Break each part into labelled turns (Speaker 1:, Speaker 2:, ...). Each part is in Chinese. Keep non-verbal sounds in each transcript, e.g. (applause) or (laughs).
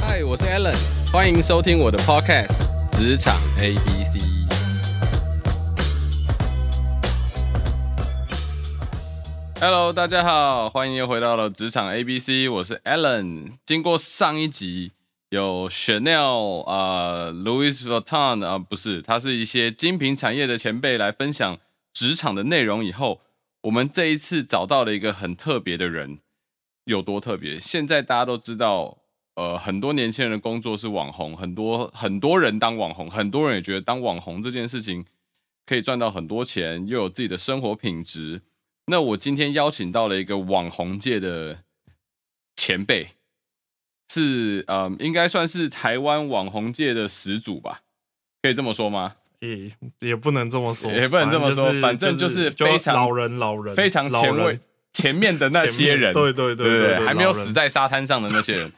Speaker 1: 嗨，我是 Alan，欢迎收听我的 Podcast《职场 A B C》。Hello，大家好，欢迎又回到了职场 A B C，我是 Alan。经过上一集有 Chanel 呃 Louis Vuitton 啊、不是，它是一些精品产业的前辈来分享职场的内容以后，我们这一次找到了一个很特别的人，有多特别？现在大家都知道，呃，很多年轻人的工作是网红，很多很多人当网红，很多人也觉得当网红这件事情可以赚到很多钱，又有自己的生活品质。那我今天邀请到了一个网红界的前辈，是嗯、应该算是台湾网红界的始祖吧，可以这么说吗？
Speaker 2: 也也不能这么说，
Speaker 1: 也不能这么说
Speaker 2: 反
Speaker 1: 反正就
Speaker 2: 就是就
Speaker 1: 非常
Speaker 2: 老人老人
Speaker 1: 非常前
Speaker 2: 老
Speaker 1: 卫
Speaker 2: 人，
Speaker 1: 前面的那些
Speaker 2: 前面
Speaker 1: 人，
Speaker 2: 对对
Speaker 1: 对
Speaker 2: 对
Speaker 1: 还没有死。在沙滩上的那些人。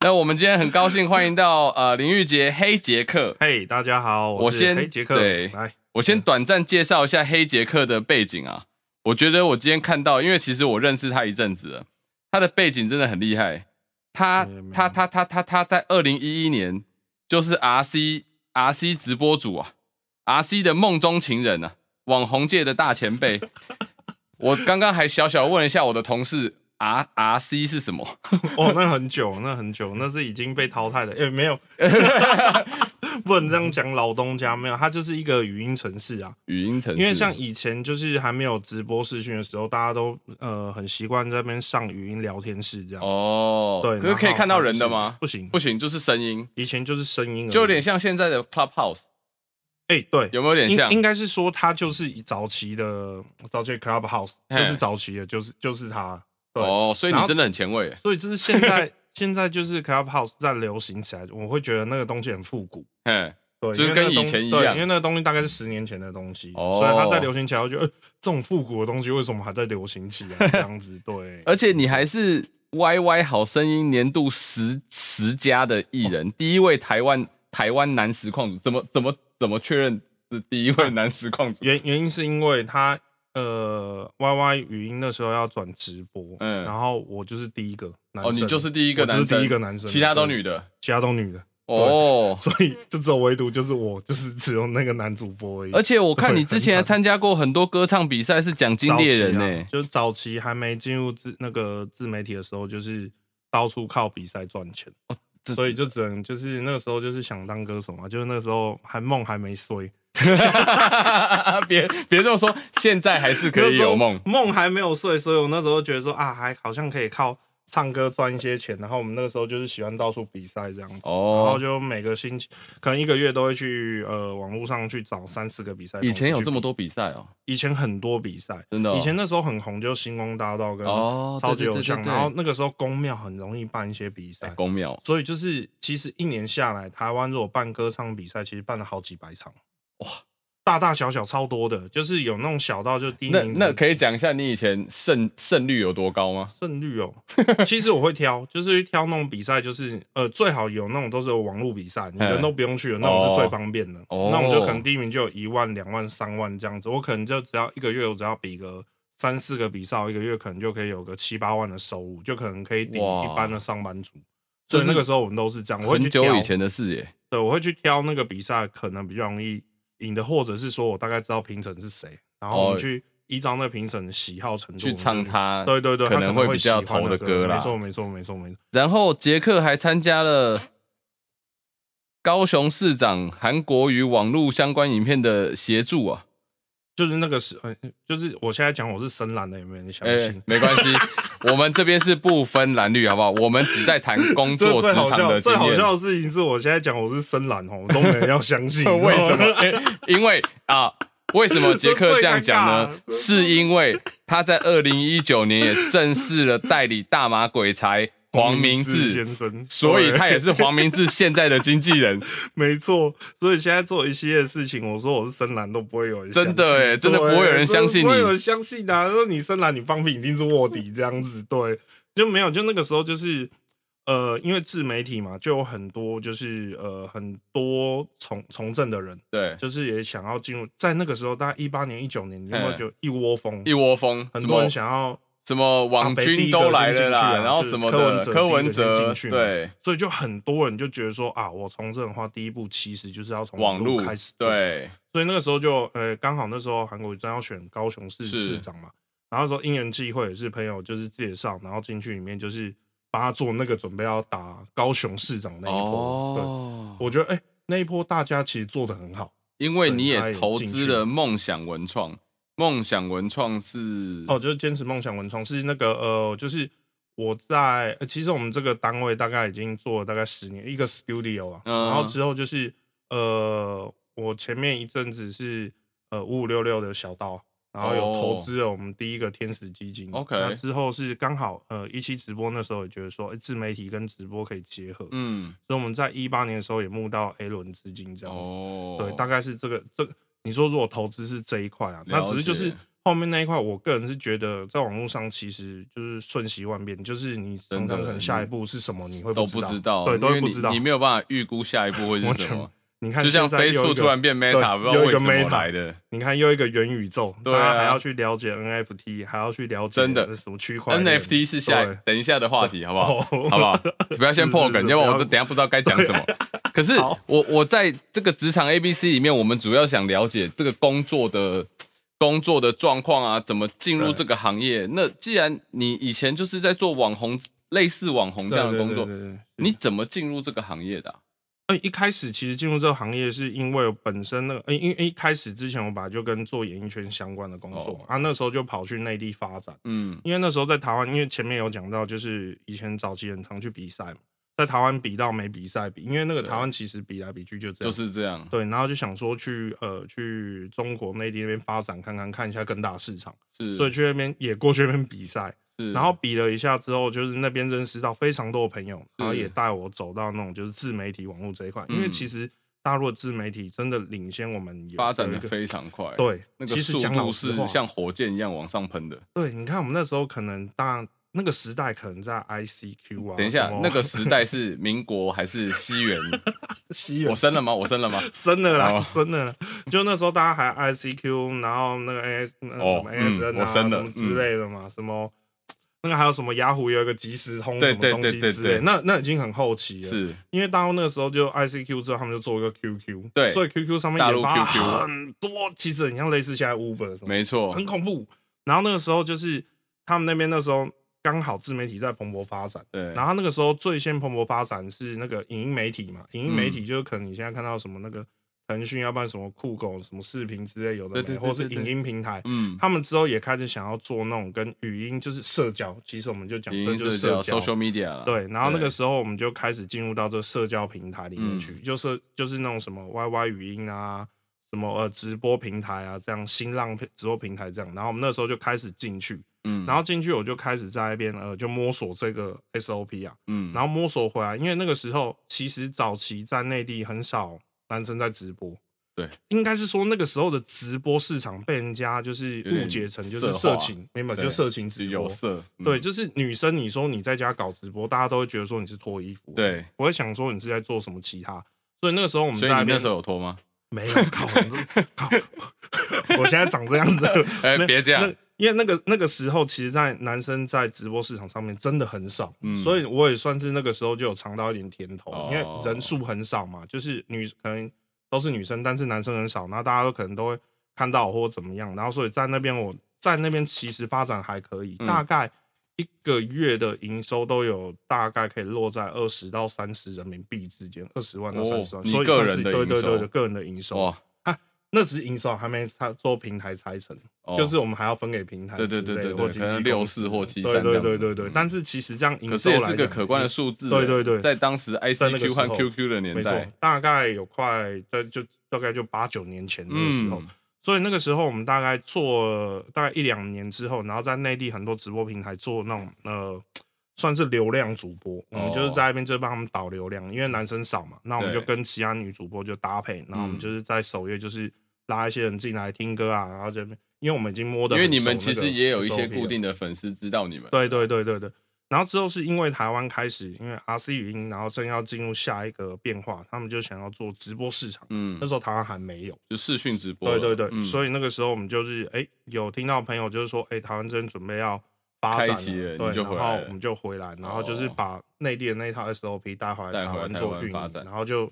Speaker 1: 那我们今天很高兴欢迎到呃林玉杰黑杰克。
Speaker 2: 老人嘿，大家好，
Speaker 1: 我
Speaker 2: 是
Speaker 1: 先
Speaker 2: 黑杰克，
Speaker 1: 对
Speaker 2: 来，
Speaker 1: 我先短暂介绍一下黑杰克的背景啊。我觉得我今天看到，因为其实我认识他一阵子了，他的背景真的很厉害。他
Speaker 2: 嗯
Speaker 1: 他他他他他在二零一一年就是 RC RC 直播主啊，RC 的梦中情人啊，网红界的大前
Speaker 2: (laughs)
Speaker 1: 辈。我刚刚还小小问一下我的同事 R RC 是什么？
Speaker 2: 哦，那很久，那很久，那是已经被淘汰的，
Speaker 1: (laughs)
Speaker 2: 哎，没有，不能这样讲，老东家没有，它就是一个语音城市啊，
Speaker 1: 语音程式，
Speaker 2: 因为像以前就是还没有直播视讯的时候，大家都呃很习惯在那边上语音聊天室这样，
Speaker 1: 哦，
Speaker 2: 对，
Speaker 1: 可是可以
Speaker 2: 然后
Speaker 1: 看到
Speaker 2: 它就
Speaker 1: 人的
Speaker 2: 是
Speaker 1: 吗？
Speaker 2: 不行，
Speaker 1: 不行，就是声音，
Speaker 2: 以前就是声音而已，
Speaker 1: 就有点像现在的 Clubhouse，
Speaker 2: 哎，对，
Speaker 1: 有没有点
Speaker 2: 应
Speaker 1: 像？
Speaker 2: 应该是说他就是以早期的早期的 Clubhouse，
Speaker 1: 嘿
Speaker 2: 就是早期的，就是就是他，对
Speaker 1: 哦，所以
Speaker 2: 然
Speaker 1: 你
Speaker 2: 后
Speaker 1: 真的很前卫。
Speaker 2: 所以就是
Speaker 1: (laughs)
Speaker 2: 现在现在就是 Clubhouse 在流行起来，我会觉得那个东西很复古，
Speaker 1: 嗯，
Speaker 2: 对，
Speaker 1: 就是
Speaker 2: 因为那
Speaker 1: 跟
Speaker 2: 个
Speaker 1: 以
Speaker 2: 东
Speaker 1: 前一
Speaker 2: 对
Speaker 1: 样
Speaker 2: 因为那个东西大概是十年前的东西，
Speaker 1: 哦
Speaker 2: 所以它在流行起来，我觉得、呃、这种复古的东西为什么还在流行起来这样子？对，
Speaker 1: (laughs) 而且你还是 YY 好声音年度十十佳的艺人，第一位台湾台湾男实况主，怎么怎么怎么确认是第一位男实况
Speaker 2: (laughs)
Speaker 1: 主？
Speaker 2: 原原因是因为他呃 YY 语音那时候要转直播，
Speaker 1: 嗯
Speaker 2: 然后我就是第一个男
Speaker 1: 哦，
Speaker 2: 生，
Speaker 1: 你就是第一个
Speaker 2: 我就是
Speaker 1: 男生，
Speaker 2: 第一个男生啊
Speaker 1: 其他都
Speaker 2: 对
Speaker 1: 女的。
Speaker 2: 其他都女的。
Speaker 1: 哦，
Speaker 2: 所以就只有唯独就是我，就是只有那个男主播而已。
Speaker 1: 而且我看
Speaker 2: 对
Speaker 1: 你之前还参加过很多歌唱比赛，是奖金
Speaker 2: 早期
Speaker 1: 猎人
Speaker 2: 啊
Speaker 1: 呢。
Speaker 2: 就是早期还没进入自那个自媒体的时候，就是到处靠比赛赚钱，
Speaker 1: 哦这
Speaker 2: 所以就只能就是那个时候就是想当歌手嘛，就是那个时候还梦还没碎，
Speaker 1: (laughs) 别别这么说，现在还是可以有梦。
Speaker 2: 那时候梦还没有碎，所以我那时候觉得说啊，还好像可以靠唱歌赚一些钱，然后我们那个时候就是喜欢到处比赛这样子。然后
Speaker 1: 哦，
Speaker 2: 就每个星期，可能一个月都会去呃网络上去找三四个比赛。
Speaker 1: 以前有这么
Speaker 2: 多，
Speaker 1: 多比赛哦，
Speaker 2: 以前很多比赛，
Speaker 1: 真的哦。
Speaker 2: 以前那时候很红，就星光大道跟
Speaker 1: 哦
Speaker 2: 超级
Speaker 1: 对对
Speaker 2: 偶像，
Speaker 1: 对对对
Speaker 2: 然后那个时候公庙很容易办一些比
Speaker 1: 哎
Speaker 2: 赛，
Speaker 1: 公庙
Speaker 2: 所以就是其实一年下来，台湾如果办歌唱比赛，其实办了好几百场，
Speaker 1: 哇，
Speaker 2: 大大小小超多的，就是有那种小到就第一
Speaker 1: 那
Speaker 2: 名
Speaker 1: 那可以讲一下你以前胜胜率有多高吗？
Speaker 2: 胜率哦。 (laughs) 其实我会挑，就是挑那种比赛，就是呃最好有那种都是有网络比赛，你人都不用去了，那种是最方便的。
Speaker 1: 哦
Speaker 2: 那我们就可能第一名就有一万、两万、三万这样子，我可能就只要一个月，我只要比个。三四个比赛，我一个月可能就可以有个七八万的收入，就可能可以顶
Speaker 1: 哇
Speaker 2: 一般的上班族。
Speaker 1: 这
Speaker 2: 所
Speaker 1: 是
Speaker 2: 以那个时候我们都是这样，我会去
Speaker 1: 很久
Speaker 2: 挑
Speaker 1: 以前的事耶。
Speaker 2: 对，我会去挑那个比赛可能比较容易赢的，或者是说我大概知道评审是谁，然后我
Speaker 1: 哦
Speaker 2: 们去依照那评审的喜好程度
Speaker 1: 去
Speaker 2: 我们就
Speaker 1: 唱他
Speaker 2: 对对对，
Speaker 1: 可
Speaker 2: 他
Speaker 1: 能
Speaker 2: 能
Speaker 1: 会
Speaker 2: 会
Speaker 1: 比较
Speaker 2: 喜欢
Speaker 1: 投
Speaker 2: 的
Speaker 1: 的歌啦
Speaker 2: 没错没错没错没错。
Speaker 1: 然后杰克还参加了高雄市长韩国瑜网络相关影片的协助啊。
Speaker 2: 就是那个时，呃就是我现在讲我是深蓝的，有没有人相
Speaker 1: 哎、
Speaker 2: 信？
Speaker 1: 没关系，我们这边是不分蓝绿，好不好？我们只在谈工
Speaker 2: (laughs) 这
Speaker 1: 作
Speaker 2: 最
Speaker 1: 职
Speaker 2: 好
Speaker 1: 场
Speaker 2: 笑，
Speaker 1: 的经
Speaker 2: 最好
Speaker 1: 验。
Speaker 2: 笑的事情是我现在讲我是深蓝哦，都没人要相
Speaker 1: (laughs)
Speaker 2: 信。
Speaker 1: 为什么？
Speaker 2: 你知道吗？
Speaker 1: 哎
Speaker 2: (laughs)
Speaker 1: 因为啊，为什么杰克这样讲呢？
Speaker 2: (laughs) 这最尴尬
Speaker 1: 是因为他在二零一九年也正式了代理大马鬼才黄明
Speaker 2: (laughs) 志
Speaker 1: 志，
Speaker 2: 先生，
Speaker 1: 所以
Speaker 2: 对
Speaker 1: 他也是黄明志现在的经纪人。
Speaker 2: 没错。所以现在做一系列事情，我说我是深蓝都不会有人
Speaker 1: 真的
Speaker 2: 相信
Speaker 1: 哎真的
Speaker 2: 对
Speaker 1: 不会有人相信
Speaker 2: 不会
Speaker 1: 你
Speaker 2: 有人相信啊！说你深蓝，你放屁，一定是卧底这样子，对，就没有。就那个时候就是呃，因为自媒体嘛，就有很多就是呃很多从从政的人，
Speaker 1: 对，
Speaker 2: 就是也想要进入，在那个时候，大概一八年、一九年，你有没有
Speaker 1: 嗯
Speaker 2: 就一窝蜂，
Speaker 1: 一窝蜂，
Speaker 2: 很
Speaker 1: 什
Speaker 2: 多
Speaker 1: 么
Speaker 2: 人想要
Speaker 1: 什么网军都来了啦，
Speaker 2: 啊北帝格先进去啊
Speaker 1: 然后什么的
Speaker 2: 就是
Speaker 1: 柯
Speaker 2: 柯
Speaker 1: 文
Speaker 2: 文
Speaker 1: 哲
Speaker 2: 哲第一个先进去嘛啊
Speaker 1: 对
Speaker 2: 所以就很多人就觉得说啊，我从政的话，第一步其实就是要从
Speaker 1: 网
Speaker 2: 络
Speaker 1: 路
Speaker 2: 开始做。
Speaker 1: 对
Speaker 2: 所以那个时候就呃，刚好那时候韩国瑜正要选高雄市
Speaker 1: 是
Speaker 2: 市长嘛，然后说因缘际会也是朋友就是介绍，然后进去里面就是帮他做那个准备要打高雄市长那一波。
Speaker 1: 哦
Speaker 2: 对，，我觉得哎、那一波大家其实做的很好。
Speaker 1: 因为你
Speaker 2: 对他
Speaker 1: 也
Speaker 2: 也
Speaker 1: 投
Speaker 2: 进
Speaker 1: 资
Speaker 2: 去
Speaker 1: 了梦想文创，梦想文创是
Speaker 2: 哦，就是坚持梦想文创是那个呃，就是我在、呃其实我们这个单位大概已经做了大概十年一个 studio 啊，
Speaker 1: 嗯
Speaker 2: 然后之后就是呃，我前面一阵子是呃五五六六的小刀，然后有投
Speaker 1: 哦
Speaker 2: 资了我们第一个天使基金
Speaker 1: OK
Speaker 2: 那之后是刚好呃一期直播那时候也觉得说、诶自媒体跟直播可以结合，
Speaker 1: 嗯
Speaker 2: 所以我们在一八年的时候也募到 A 轮资金这样子。
Speaker 1: 哦，
Speaker 2: 对，大概是这个这个。你说如果投资是这一块啊，那
Speaker 1: 了
Speaker 2: 只是就是
Speaker 1: 解
Speaker 2: 后面那一块，我个人是觉得在网络上其实就是瞬息万变，就是你
Speaker 1: 真
Speaker 2: 常
Speaker 1: 的
Speaker 2: 常可能下一步是什么，你会
Speaker 1: 都
Speaker 2: 不
Speaker 1: 不知道，
Speaker 2: 道，对，都
Speaker 1: 因
Speaker 2: 会
Speaker 1: 为
Speaker 2: 不
Speaker 1: 你
Speaker 2: 知道。
Speaker 1: 你没有办法预估下一步会是
Speaker 2: 完
Speaker 1: 什
Speaker 2: 全
Speaker 1: 么。
Speaker 2: 你看
Speaker 1: 就像
Speaker 2: 现在又一
Speaker 1: Facebook
Speaker 2: 个
Speaker 1: 突然变 Meta，
Speaker 2: 对
Speaker 1: 不知道为什么
Speaker 2: 又一个 Meta
Speaker 1: 来的。
Speaker 2: 你看又一个元宇宙，
Speaker 1: 对
Speaker 2: 大家
Speaker 1: 啊
Speaker 2: 还要去了解 NFT，还要去了解
Speaker 1: 真的
Speaker 2: 什么区块链
Speaker 1: NFT 是下
Speaker 2: 对
Speaker 1: 等一下的话题，好不好？
Speaker 2: 哦
Speaker 1: 好不
Speaker 2: (laughs)
Speaker 1: 好？不要先
Speaker 2: 是
Speaker 1: 破
Speaker 2: 是
Speaker 1: 梗，
Speaker 2: 是
Speaker 1: 要不然我
Speaker 2: 不
Speaker 1: 这
Speaker 2: 要
Speaker 1: 等一下不知道该讲什么。 (laughs) 可是
Speaker 2: 好
Speaker 1: 我我在这个职场 ABC 里面，我们主要想了解这个工作的工作的状况啊，怎么进入
Speaker 2: 对
Speaker 1: 这个行业。那既然你以前就是在做网红类似网红这样的
Speaker 2: 对对
Speaker 1: 工作，
Speaker 2: 对对对
Speaker 1: 你怎么进入这个行业的啊？
Speaker 2: 呃，一开始其实进入这个行业是因为我本身那个，呃因因为一开始之前我本来就跟做演艺圈相关的工作、
Speaker 1: 哦
Speaker 2: 啊，那时候就跑去内地发展，
Speaker 1: 嗯，
Speaker 2: 因为那时候在台湾，因为前面有讲到，就是以前早期很常去比赛嘛，在台湾比到没比赛比，因为那个
Speaker 1: 对
Speaker 2: 台湾其实比来比去就
Speaker 1: 就
Speaker 2: 这样，
Speaker 1: 是这样。
Speaker 2: 对，然后就想说去呃去中国内地那边发展看看，看一下更大的市场，
Speaker 1: 是，
Speaker 2: 所以去那边也过去那边比赛，
Speaker 1: 是
Speaker 2: 然后比了一下之后，就是那边认识到非常多的朋友，然后
Speaker 1: 是
Speaker 2: 也带我走到那种就是自媒体网络这一块，因为
Speaker 1: 嗯
Speaker 2: 其实大陆的自媒体真的领先我们有
Speaker 1: 发展
Speaker 2: 有
Speaker 1: 的
Speaker 2: 一个
Speaker 1: 非常快，，
Speaker 2: 对，
Speaker 1: 那个
Speaker 2: 其实
Speaker 1: 速
Speaker 2: 讲老
Speaker 1: 度
Speaker 2: 实
Speaker 1: 是
Speaker 2: 话，
Speaker 1: 像火箭一样往上喷的。
Speaker 2: 对，你看我们那时候可能大那个时代可能在 ICQ 啊，
Speaker 1: 等一下
Speaker 2: 什么，
Speaker 1: 那个时代是民国还是西元？
Speaker 2: (laughs) 西元
Speaker 1: 我生了吗？我生了吗？
Speaker 2: 生了啦，
Speaker 1: 哦
Speaker 2: 生了啦，就那时候大家还 ICQ，然后那个 AS 那个
Speaker 1: 哦
Speaker 2: 什么 ASN 啊、
Speaker 1: 嗯我生了
Speaker 2: 什么之类的嘛，什么。那个还有什么雅虎有一个即时通
Speaker 1: 对
Speaker 2: 什么东
Speaker 1: 对
Speaker 2: 西
Speaker 1: 对对
Speaker 2: 之类的，
Speaker 1: 对
Speaker 2: 那那已经很后期了。
Speaker 1: 是
Speaker 2: 因为大陆那个时候就 ICQ 之后，他们就做一个 QQ，
Speaker 1: 对
Speaker 2: 所以 QQ 上面
Speaker 1: 大
Speaker 2: 也
Speaker 1: 陆
Speaker 2: 发
Speaker 1: QQ
Speaker 2: 很多，其实很像类似现在 Uber 什么，
Speaker 1: 没错
Speaker 2: 很，恐怖。然后那个时候就是他们那边那时候刚好自媒体在蓬勃发展，
Speaker 1: 对，
Speaker 2: 然后那个时候最先蓬勃发展是那个影音媒体嘛，影音媒
Speaker 1: 嗯
Speaker 2: 体就是可能你现在看到什么那个腾讯，要不然什么酷狗、什么视频之类有
Speaker 1: 对
Speaker 2: 的没，
Speaker 1: 对对
Speaker 2: 或是
Speaker 1: 对对
Speaker 2: 影音平台，
Speaker 1: 嗯，
Speaker 2: 他们之后也开始想要做那种跟语音就是社交，其实我们就讲
Speaker 1: 影
Speaker 2: 这
Speaker 1: 音
Speaker 2: 就是
Speaker 1: 社
Speaker 2: 社
Speaker 1: 交 social media 啦，
Speaker 2: 对，然
Speaker 1: 啊
Speaker 2: 后那
Speaker 1: 对嗯
Speaker 2: 个时候我们就开始进入到这个社交平台里面去，就是就是那种什么 YY 语音啊，什么呃直播平台啊，这样新浪平直播平台这样，然后我们那时候就开始进去，
Speaker 1: 嗯，
Speaker 2: 然后进去我就开始在那边呃就摸索这个 SOP 啊，
Speaker 1: 嗯，
Speaker 2: 然后摸索回来，因为那个时候其实早期在内地很少男生在直播。
Speaker 1: 对，
Speaker 2: 应该是说那个时候的直播市场被人家就是
Speaker 1: 有点
Speaker 2: 误解成就
Speaker 1: 色
Speaker 2: 是色
Speaker 1: 化
Speaker 2: 情，没有，
Speaker 1: 对
Speaker 2: 就色情
Speaker 1: 是
Speaker 2: 直播
Speaker 1: 有，色，嗯
Speaker 2: 对，就是女生，你说你在家搞直播，大家都会觉得说你是脱衣服，，
Speaker 1: 对，
Speaker 2: 我会想说你是在做什么其他。所以那个时候我们
Speaker 1: 所
Speaker 2: 在
Speaker 1: 以你
Speaker 2: 边
Speaker 1: 那时候有脱吗？
Speaker 2: 没有靠，我这靠，我现在长这样子，
Speaker 1: (laughs) 哎
Speaker 2: 没有
Speaker 1: 别这样
Speaker 2: 那因为那个那个时候，其实，在男生在直播市场上面真的很少，
Speaker 1: 嗯
Speaker 2: 所以我也算是那个时候就有尝到一点甜头，
Speaker 1: 哦
Speaker 2: 因为人数很少嘛，就是女可能都是女生，但是男生很少，那大家都可能都会看到我或怎么样，然后所以在那边我在那边其实发展还可以，
Speaker 1: 嗯
Speaker 2: 大概一个月的营收都有大概可以落在二十到三十人民币之间，二十万到三十
Speaker 1: 哦
Speaker 2: 万，
Speaker 1: 你
Speaker 2: 所以
Speaker 1: 个
Speaker 2: 算
Speaker 1: 人
Speaker 2: 是
Speaker 1: 的
Speaker 2: 对
Speaker 1: 营
Speaker 2: 对对
Speaker 1: 收
Speaker 2: 对个人的营收。
Speaker 1: 哇，
Speaker 2: 那只是营收还没拆做平台拆成，
Speaker 1: 哦
Speaker 2: 就是我们还要分给平台之
Speaker 1: 对
Speaker 2: 类的，
Speaker 1: 对对对
Speaker 2: 或
Speaker 1: 对，
Speaker 2: 经
Speaker 1: 可能
Speaker 2: 纪
Speaker 1: 六
Speaker 2: 公司
Speaker 1: 四或七
Speaker 2: 对
Speaker 1: 三这
Speaker 2: 对
Speaker 1: 样
Speaker 2: 对
Speaker 1: 子，
Speaker 2: 对对。
Speaker 1: 嗯
Speaker 2: 但是其实这样营收
Speaker 1: 可是也
Speaker 2: 来
Speaker 1: 是个
Speaker 2: 讲
Speaker 1: 可观的
Speaker 2: 已
Speaker 1: 数字，
Speaker 2: 对对对
Speaker 1: 在当时
Speaker 2: 在
Speaker 1: ICQ
Speaker 2: 那个时
Speaker 1: 和
Speaker 2: 候
Speaker 1: QQ 的
Speaker 2: 经
Speaker 1: 年
Speaker 2: 没
Speaker 1: 代
Speaker 2: 错，，大概有快在就大概就八九年前那个时候。
Speaker 1: 嗯
Speaker 2: 所以那个时候，我们大概做了大概一两年之后，然后在内地很多直播平台做那种呃，算是流量主播，我们就是在那边就帮他们导流量，因为男生少嘛，那我们就
Speaker 1: 哦对
Speaker 2: 跟其他女主播就搭配，然后我们
Speaker 1: 嗯
Speaker 2: 就是在首页就是拉一些人进来听歌啊，然后这边，因为我们已经摸的，
Speaker 1: 因为你们其实也有一些固定的粉丝知道你们，
Speaker 2: 对对对对对。然后之后是因为台湾开始，因为 RC 语音，然后正要进入下一个变化，他们就想要做直播市场。
Speaker 1: 嗯
Speaker 2: 那，时候台湾还没有，
Speaker 1: 就视讯直播了，
Speaker 2: 对对对，
Speaker 1: 嗯
Speaker 2: 所以那个时候我们就是哎、有听到朋友就是说，哎、台湾真准备要发
Speaker 1: 开
Speaker 2: 展了，
Speaker 1: 启了
Speaker 2: 对，
Speaker 1: 你就
Speaker 2: 然
Speaker 1: 回来
Speaker 2: 后
Speaker 1: 了
Speaker 2: 我们就回来，然后就是
Speaker 1: 哦
Speaker 2: 把内地的那一套 SOP 带回来
Speaker 1: 带
Speaker 2: 台
Speaker 1: 回来
Speaker 2: 湾
Speaker 1: 台
Speaker 2: 做
Speaker 1: 湾
Speaker 2: 运
Speaker 1: 发
Speaker 2: 营，
Speaker 1: 展
Speaker 2: 然后就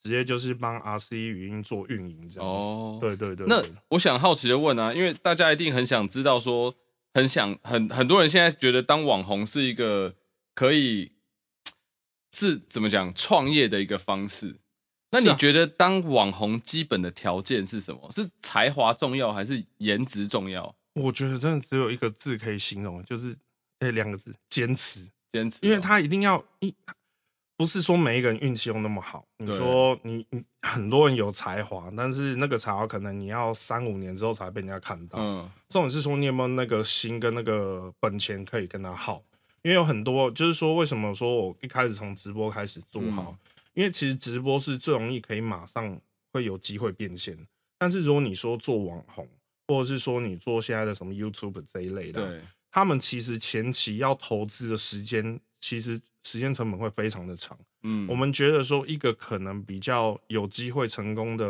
Speaker 2: 直接就是帮 RC 语音做运营这样子。
Speaker 1: 哦，
Speaker 2: 对对对，
Speaker 1: 那
Speaker 2: 对
Speaker 1: 我想好奇的问啊，因为大家一定很想知道说，很想很很多人现在觉得当网红是一个可以是怎么讲创业的一个方式。那
Speaker 2: 是
Speaker 1: 你
Speaker 2: 啊
Speaker 1: 觉得当网红基本的条件是什么？是才华重要还是颜值重要？
Speaker 2: 我觉得真的只有一个字可以形容，就是哎两、个字坚持，
Speaker 1: 坚持哦、
Speaker 2: 因为他一定要一。不是说每一个人运气都那么好，你
Speaker 1: 对
Speaker 2: 说你你很多人有才华，但是那个才华可能你要三五年之后才被人家看到。
Speaker 1: 嗯
Speaker 2: 重点是说你有没有那个心跟那个本钱可以跟他耗，因为有很多就是说为什么说我一开始从直播开始做好，因为其实直播是最容易可以马上会有机会变现，但是如果你说做网红，或者是说你做现在的什么 YouTube 这一类的啊，
Speaker 1: 对
Speaker 2: 他们其实前期要投资的时间，其实时间成本会非常的长。
Speaker 1: 嗯
Speaker 2: 我们觉得说，一个可能比较有机会成功的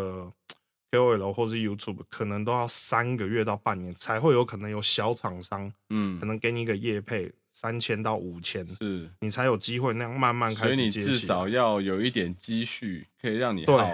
Speaker 2: KOL 或是 YouTube，可能都要三个月到半年才会有可能有小厂商可
Speaker 1: 嗯
Speaker 2: 能给你一个业配三千到五千，
Speaker 1: 是，
Speaker 2: 你才有机会那样慢慢
Speaker 1: 所
Speaker 2: 开
Speaker 1: 以
Speaker 2: 始
Speaker 1: 你
Speaker 2: 接
Speaker 1: 至
Speaker 2: 起
Speaker 1: 少
Speaker 2: 来，
Speaker 1: 要有一点积蓄，可以让你
Speaker 2: 对
Speaker 1: 耗，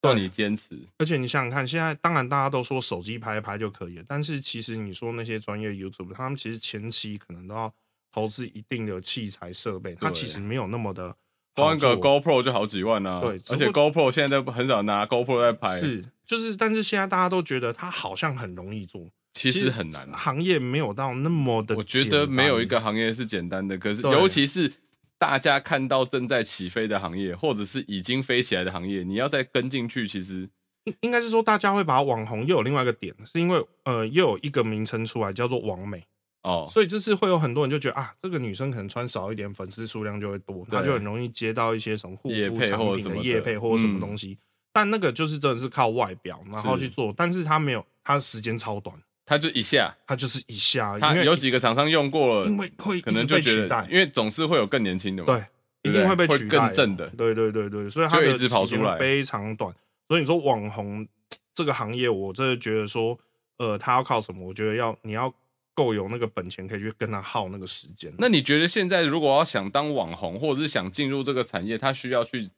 Speaker 1: 让
Speaker 2: 对
Speaker 1: 你坚持。
Speaker 2: 而且你想想看，现在当然大家都说手机拍一拍就可以了，但是其实你说那些专业 YouTube，他们其实前期可能都要投资一定的器材设备，它
Speaker 1: 对
Speaker 2: 其实没有那么的好
Speaker 1: 光一个
Speaker 2: 做
Speaker 1: GoPro 就好几万啊，
Speaker 2: 对只
Speaker 1: 而且
Speaker 2: 不
Speaker 1: GoPro 现在都很少拿 GoPro 在拍，
Speaker 2: 是，就是，但是现在大家都觉得它好像很容易做，
Speaker 1: 其实很难。啊
Speaker 2: 行业没有到那么的，
Speaker 1: 我觉得没有一个，行业是简单的，可是
Speaker 2: 对
Speaker 1: 尤其是大家看到正在起飞的行业，或者是已经飞起来的行业，你要再跟进去，其实
Speaker 2: 应应该是说大家会把网红又有另外一个点，是因为呃又有一个名称出来叫做网美，
Speaker 1: 哦，
Speaker 2: 所以就是会有很多人就觉得啊，这个女生可能穿少一点，粉丝数量就会多，她
Speaker 1: 对
Speaker 2: 就很容易接到一些什么护
Speaker 1: 业
Speaker 2: 肤
Speaker 1: 配
Speaker 2: 产
Speaker 1: 或者什
Speaker 2: 品
Speaker 1: 么
Speaker 2: 的
Speaker 1: 的
Speaker 2: 业配或者什
Speaker 1: 嗯
Speaker 2: 么东西，但那个就是真的是靠外表然后
Speaker 1: 是
Speaker 2: 去做，但是她没有，她的时间超短，
Speaker 1: 它就一下，
Speaker 2: 她就是一下，
Speaker 1: 它
Speaker 2: 因为
Speaker 1: 有几个厂商用过了，
Speaker 2: 因为会一
Speaker 1: 可能
Speaker 2: 直
Speaker 1: 就
Speaker 2: 被
Speaker 1: 觉
Speaker 2: 取
Speaker 1: 得
Speaker 2: 代，，
Speaker 1: 因为总是会有更年轻的嘛，
Speaker 2: 对，
Speaker 1: 对
Speaker 2: 一
Speaker 1: 不对
Speaker 2: 定会被
Speaker 1: 会
Speaker 2: 取代
Speaker 1: 更正的
Speaker 2: 对对对对，所以它
Speaker 1: 就
Speaker 2: 的
Speaker 1: 一直跑
Speaker 2: 时间
Speaker 1: 出来
Speaker 2: 非常短。所以你说网红这个行业，我真的觉得说，呃，他要靠什么？我觉得要你要够有那个本钱，可以去跟他耗那个时间。
Speaker 1: 那你觉得现在如果要想当网红，或者是想进入这个产业，他需要去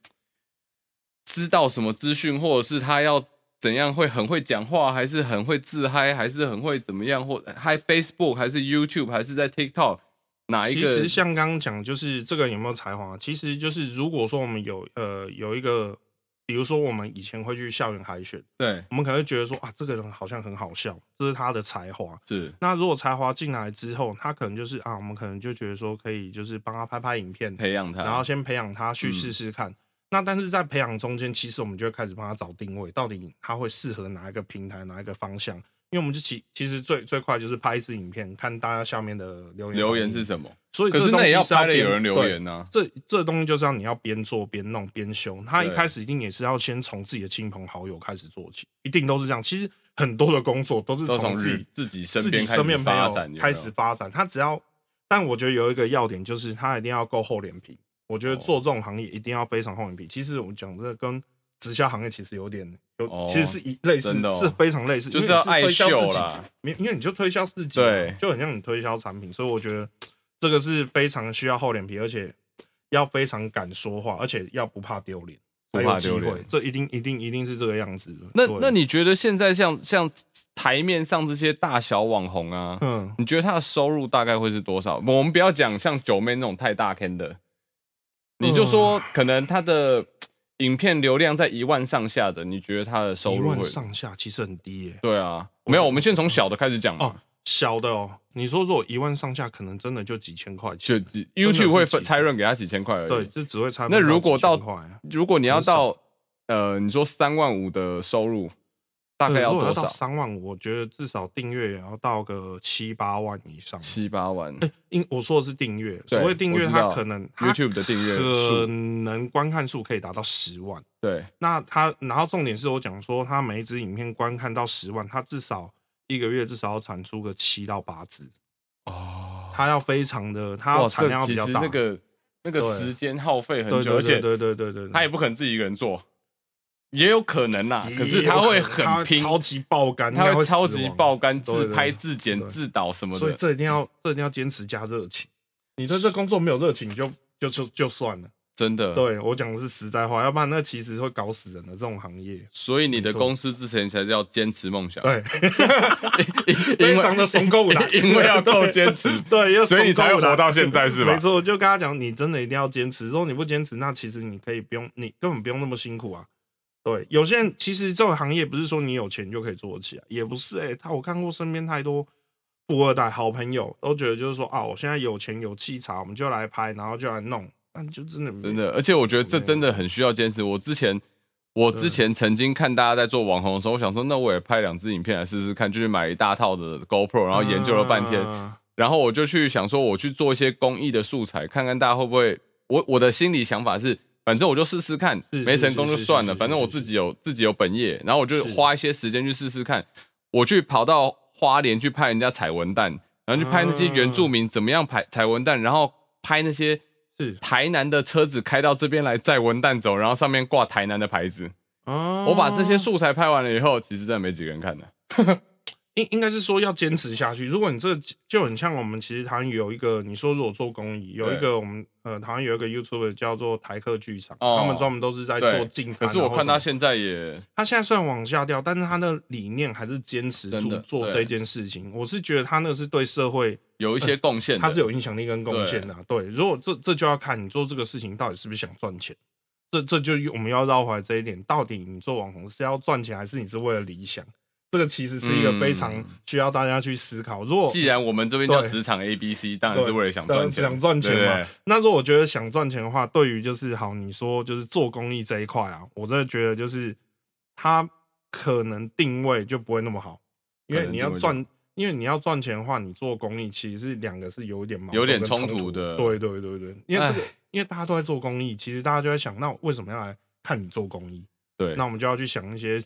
Speaker 1: 知道什么资讯，或者是他要怎样会很会讲话，还是很会自嗨，还是很会怎么样，或嗨 Facebook 还是 YouTube 还是在 TikTok 哪一
Speaker 2: 其
Speaker 1: 个
Speaker 2: 实？像刚刚讲，就是这个人有没有才华，其实就是如果说我们有呃有一个，比如说我们以前会去校园海选，
Speaker 1: 对，
Speaker 2: 我们可能会觉得说啊，这个人好像很好笑，这是他的才华。
Speaker 1: 是
Speaker 2: 那如果才华进来之后，他可能就是啊，我们可能就觉得说可以就是帮他拍拍影片，
Speaker 1: 培养他，
Speaker 2: 然后先培养他去
Speaker 1: 啊嗯
Speaker 2: 试试看。那但是在培养中间，其实我们就会开始帮他找定位，到底他会适合哪一个平台、哪一个方向。因为我们就其其实最最快就是拍一支影片，看大家下面的留言
Speaker 1: 留言
Speaker 2: 反应
Speaker 1: 是什么？
Speaker 2: 所以
Speaker 1: 可
Speaker 2: 这
Speaker 1: 是
Speaker 2: 东
Speaker 1: 那
Speaker 2: 西
Speaker 1: 也要
Speaker 2: 是要
Speaker 1: 拍了
Speaker 2: 边
Speaker 1: 有人留
Speaker 2: 对
Speaker 1: 言啊呢、
Speaker 2: 这这东西就是要你要边做边弄边修，他一
Speaker 1: 对
Speaker 2: 开始一定也是要先从自己的亲朋好友开始做起，一定都是这样。其实很多的工作都是
Speaker 1: 都从
Speaker 2: 从自
Speaker 1: 日
Speaker 2: 己
Speaker 1: 自己身
Speaker 2: 自
Speaker 1: 边
Speaker 2: 己
Speaker 1: 开
Speaker 2: 身
Speaker 1: 始
Speaker 2: 边朋
Speaker 1: 发展有
Speaker 2: 友
Speaker 1: 没有
Speaker 2: 开始发展，他只要，但我觉得有一个要点就是他一定要够厚脸皮。我觉得
Speaker 1: 哦
Speaker 2: 做这种行业一定要非常厚脸皮。其实我讲这个跟直销行业其实有点有，
Speaker 1: 哦
Speaker 2: 其实是一类似
Speaker 1: 真的哦，
Speaker 2: 是非常类似，
Speaker 1: 就是
Speaker 2: 因为
Speaker 1: 要
Speaker 2: 你
Speaker 1: 爱
Speaker 2: 推销
Speaker 1: 秀
Speaker 2: 自己
Speaker 1: 啦，
Speaker 2: 没，因为你就推销自己嘛，
Speaker 1: 对
Speaker 2: 就很像你推销产品，所以我觉得这个是非常需要厚脸皮，而且要非常敢说话，而且要不怕丢脸，
Speaker 1: 不
Speaker 2: 才
Speaker 1: 怕
Speaker 2: 有机
Speaker 1: 丢脸
Speaker 2: 会。这一定一定一定是这个样子的。
Speaker 1: 那
Speaker 2: 对
Speaker 1: 那你觉得现在像像台面上这些大小网红啊，
Speaker 2: 嗯，
Speaker 1: 你觉得他的收入大概会是多少？我们不要讲像九妹那种太大坑的，你就
Speaker 2: 嗯
Speaker 1: 说可能他的影片流量在一万上下的，你觉得他的收
Speaker 2: 一
Speaker 1: 入
Speaker 2: 万
Speaker 1: 会？
Speaker 2: 上下其实很低耶、
Speaker 1: 对啊，没有，我们先从小的开始讲嘛
Speaker 2: 哦，小的哦，你说如果一万上下，可能真的就几千块
Speaker 1: 就
Speaker 2: 钱，
Speaker 1: 几
Speaker 2: 的是
Speaker 1: YouTube 会分
Speaker 2: 几千
Speaker 1: 拆润给他几千块而已。
Speaker 2: 对，，这只会差不
Speaker 1: 那
Speaker 2: 多
Speaker 1: 如果到
Speaker 2: 几千块啊
Speaker 1: 如果你要
Speaker 2: 很少
Speaker 1: 到呃，你说三万五的收入，大概
Speaker 2: 对
Speaker 1: 要
Speaker 2: 如果
Speaker 1: 多
Speaker 2: 到
Speaker 1: 少？
Speaker 2: 三万五，我觉得至少订阅也要到个七八万哎以上。
Speaker 1: 七八万。
Speaker 2: 因我说的是订阅，
Speaker 1: 对
Speaker 2: 所谓订
Speaker 1: 我
Speaker 2: 阅，
Speaker 1: 知
Speaker 2: 它
Speaker 1: 道
Speaker 2: 可能它
Speaker 1: YouTube 的订阅数
Speaker 2: 可能观看数可以达到十万。
Speaker 1: 对，
Speaker 2: 那它，然后重点是我讲说，它每一支影片观看到十万，它至少一个月至少要产出个七到八支，
Speaker 1: 哦，
Speaker 2: 它要非常的，它
Speaker 1: 哇，
Speaker 2: 要产
Speaker 1: 这
Speaker 2: 量要
Speaker 1: 其
Speaker 2: 比较
Speaker 1: 实
Speaker 2: 大。
Speaker 1: 那个那个
Speaker 2: 对
Speaker 1: 时间耗费很
Speaker 2: 对
Speaker 1: 久，而
Speaker 2: 对对
Speaker 1: 且
Speaker 2: 对对对对，
Speaker 1: 他也不可能自己一个人做。也有可能啦，啊可是他会很拼，
Speaker 2: 超级爆肝，
Speaker 1: 他
Speaker 2: 应该
Speaker 1: 会
Speaker 2: 会
Speaker 1: 超级
Speaker 2: 死亡
Speaker 1: 爆肝，
Speaker 2: 对
Speaker 1: 自
Speaker 2: 对
Speaker 1: 拍、
Speaker 2: 对
Speaker 1: 自剪、
Speaker 2: 对
Speaker 1: 自导什么
Speaker 2: 所以
Speaker 1: 的。
Speaker 2: 这一定要这一定要坚持加热情。你对这工作没有热情就，就就就算了。
Speaker 1: 真的，
Speaker 2: 对我讲的是实在话，要不然那其实会搞死人的这种行业。
Speaker 1: 所以你的
Speaker 2: 没错
Speaker 1: 公司之前才叫坚持梦想， (laughs)
Speaker 2: 对，
Speaker 1: 因
Speaker 2: 非
Speaker 1: 为
Speaker 2: 常的怂够胆，
Speaker 1: 因为要够
Speaker 2: 对
Speaker 1: 坚持
Speaker 2: (laughs) 对，要
Speaker 3: 所以你才
Speaker 2: 会
Speaker 3: 会活到现在是吧
Speaker 2: 没错，我就跟他讲，你真的一定要坚持。如果你不坚持，那其实你可以不用，你根本不用那么辛苦啊。对，有些人其实这个行业不是说你有钱就可以做得起来，也不是哎、他我看过身边太多富二代好朋友都觉得就是说啊，我现在有钱有器材，我们就来拍，然后就来弄，但就真的
Speaker 1: (laughs)
Speaker 2: 没嗯
Speaker 1: 真的，而且我觉得这真的很需要坚持。我之前，我之前曾经看大家在做网红的时候，我想说，那我也拍两支影片来试试看，就是买一大套的 GoPro，然后研究了半天，
Speaker 2: 啊
Speaker 1: 然后我就去想说，我去做一些公益的素材，看看大家会不会。我我的心里想法是，反正我就试试看，
Speaker 2: 是
Speaker 1: 没成功
Speaker 2: 是
Speaker 1: 就是算
Speaker 2: 是
Speaker 1: 了，
Speaker 2: 是
Speaker 1: 反正我
Speaker 2: 是
Speaker 1: 自己有自己有本业，然后我就是花一些时间去试试看。我去跑到花莲去拍人家采文蛋，然后去拍那些原
Speaker 2: 啊
Speaker 1: 住民怎么样采采文蛋，然后拍那些
Speaker 2: 是
Speaker 1: 台南的车子开到这边来载文蛋走，然后上面挂台南的牌子。
Speaker 2: 啊
Speaker 1: 我把这些素材拍完了以后，其实真的没几个人看的。
Speaker 2: 应应该是说要坚持下去。如果你这个就很像我们其实台湾有一个，你说如果做公益，有一个我们呃台湾有一个 YouTube 叫做台客剧场，
Speaker 1: 哦
Speaker 2: 他们专门都是在
Speaker 1: 对
Speaker 2: 做竞拍。
Speaker 1: 可是我看他
Speaker 2: 他
Speaker 1: 现在也
Speaker 2: 他现在虽然往下掉，但是他的理念还是坚持
Speaker 1: 真的
Speaker 2: 住做
Speaker 1: 对
Speaker 2: 这件事情。我是觉得他那是对社会
Speaker 1: 有一些贡献的，
Speaker 2: 他是有影响力跟贡献的啊、对，如果这这就要看你做这个事情到底是不是想赚钱。这这就我们要绕回来这一点，到底你做网红是要赚钱，还是你是为了理想？这个其实是一个非常
Speaker 1: 嗯
Speaker 2: 需要大家去思考。如果
Speaker 1: 既然我们这边叫
Speaker 2: 对
Speaker 1: 职场 A B C，当然是为了想
Speaker 2: 当然
Speaker 1: 赚钱，
Speaker 2: 想赚钱嘛
Speaker 1: 对不对
Speaker 2: 那如果我觉得想赚钱的话，对于就是好，你说就是做公益这一块啊，我真的觉得就是它可能定位就不会那么好，因为你要
Speaker 1: 可能定
Speaker 2: 赚，因为你要赚钱的话，你做公益其实是两个是有一点矛盾
Speaker 1: 有点
Speaker 2: 跟
Speaker 1: 冲
Speaker 2: 冲
Speaker 1: 突的
Speaker 2: 对对对对，因为这个
Speaker 1: 唉，
Speaker 2: 因为大家都在做公益，其实大家就在想，那我为什么要来看你做公益？
Speaker 1: 对
Speaker 2: 那我们就要去想一些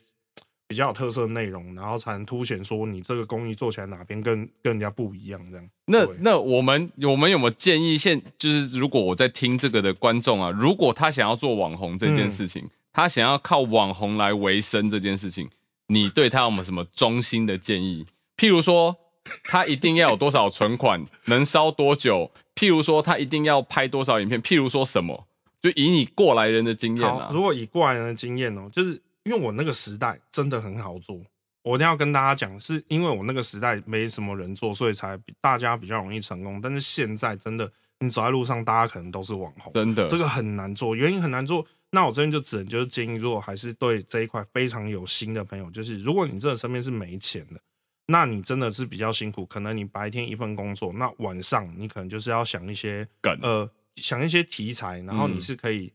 Speaker 2: 比较有特色的内容，然后才能凸显说你这个公益做起来哪边跟跟人家不一样这样。
Speaker 1: 那
Speaker 2: 对
Speaker 1: 那我们我们有没有建议现就是如果我在听这个的观众啊，如果他想要做网红这件事情，
Speaker 2: 嗯
Speaker 1: 他想要靠网红来维生这件事情，你对他有没有什么衷心的建议？譬如说，他一定要有多少存款， (laughs) 能烧多久？譬如说，他一定要拍多少影片？譬如说什么？就以你过来人的经验
Speaker 2: 好，
Speaker 1: 啊，
Speaker 2: 如果以过来人的经验哦、就是因为我那个时代真的很好做，我一定要跟大家讲，是因为我那个时代没什么人做，所以才比大家比较容易成功。但是现在真的，你走在路上，大家可能都是网红，
Speaker 1: 真的，
Speaker 2: 这个很难做，原因很难做。那我这边就只能就是建议，如果还是对这一块非常有心的朋友，就是如果你真的身边是没钱的，那你真的是比较辛苦。可能你白天一份工作，那晚上你可能就是要想一些
Speaker 1: 梗
Speaker 2: 呃，想一些题材，然后
Speaker 1: 嗯
Speaker 2: 你是可以。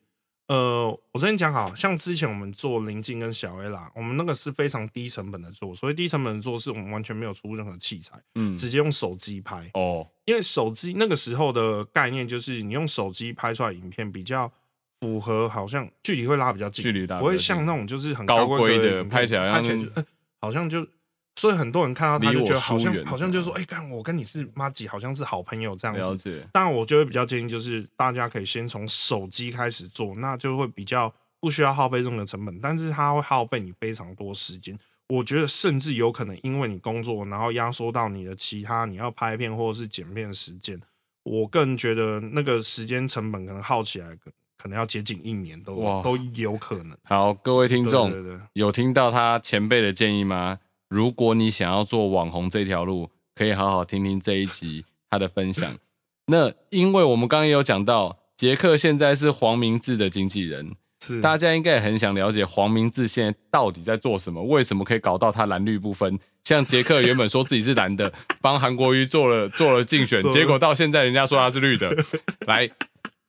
Speaker 2: 呃，我之前讲好像之前我们做林静跟小 A 啦，我们那个是非常低成本的做，所以低成本的做是我们完全没有出任何器材，
Speaker 1: 嗯，
Speaker 2: 直接用手机拍。
Speaker 1: 哦，
Speaker 2: 因为手机那个时候的概念就是，你用手机拍出来的影片比较符合，好像距离会拉比较近，
Speaker 1: 距离拉比较近
Speaker 2: 不会像那种就是很
Speaker 1: 高
Speaker 2: 规
Speaker 1: 规的
Speaker 2: 影片
Speaker 1: 拍起来
Speaker 2: 拍起来就、
Speaker 1: 像
Speaker 2: 呃好像就，所以很多人看到他
Speaker 1: 离
Speaker 2: 就
Speaker 1: 我
Speaker 2: 觉得好
Speaker 1: 疏远啊
Speaker 2: 像好像就说，哎、干我跟你是妈几，好像是好朋友这样
Speaker 1: 了
Speaker 2: 子。
Speaker 1: 解，
Speaker 2: 当然，我就会比较建议，就是大家可以先从手机开始做，那就会比较不需要耗费任何成本，但是它会耗费你非常多时间。我觉得甚至有可能因为你工作，然后压缩到你的其他你要拍片或者是剪片的时间。我个人觉得那个时间成本可能耗起来，可可能要接近一年都
Speaker 1: 哇
Speaker 2: 都有可能。
Speaker 1: 好，各位听众，
Speaker 2: 对对对
Speaker 1: 有听到他前辈的建议吗？如果你想要做网红这条路，可以好好听听这一集他的分享。那因为我们刚刚也有讲到，杰克现在是黄明志的经纪人，
Speaker 2: 是
Speaker 1: 大家应该也很想了解黄明志现在到底在做什么，为什么可以搞到他蓝绿不分？像杰克原本说自己是蓝的，帮韩国瑜做了 (laughs) 做了竞选，
Speaker 2: 做了
Speaker 1: 结果到现在人家说他是绿的。来，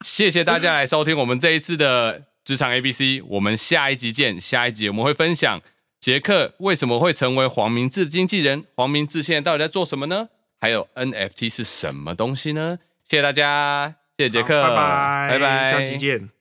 Speaker 1: 谢谢大家来收听我们这一次的职场 A B C，我们下一集见。下一集我们会分享杰克为什么会成为黄明志经纪人，黄明志现在到底在做什么呢？还有 NFT 是什么东西呢？谢谢大家，谢谢杰克，
Speaker 2: 好拜拜，
Speaker 1: 拜拜，
Speaker 2: 下期见。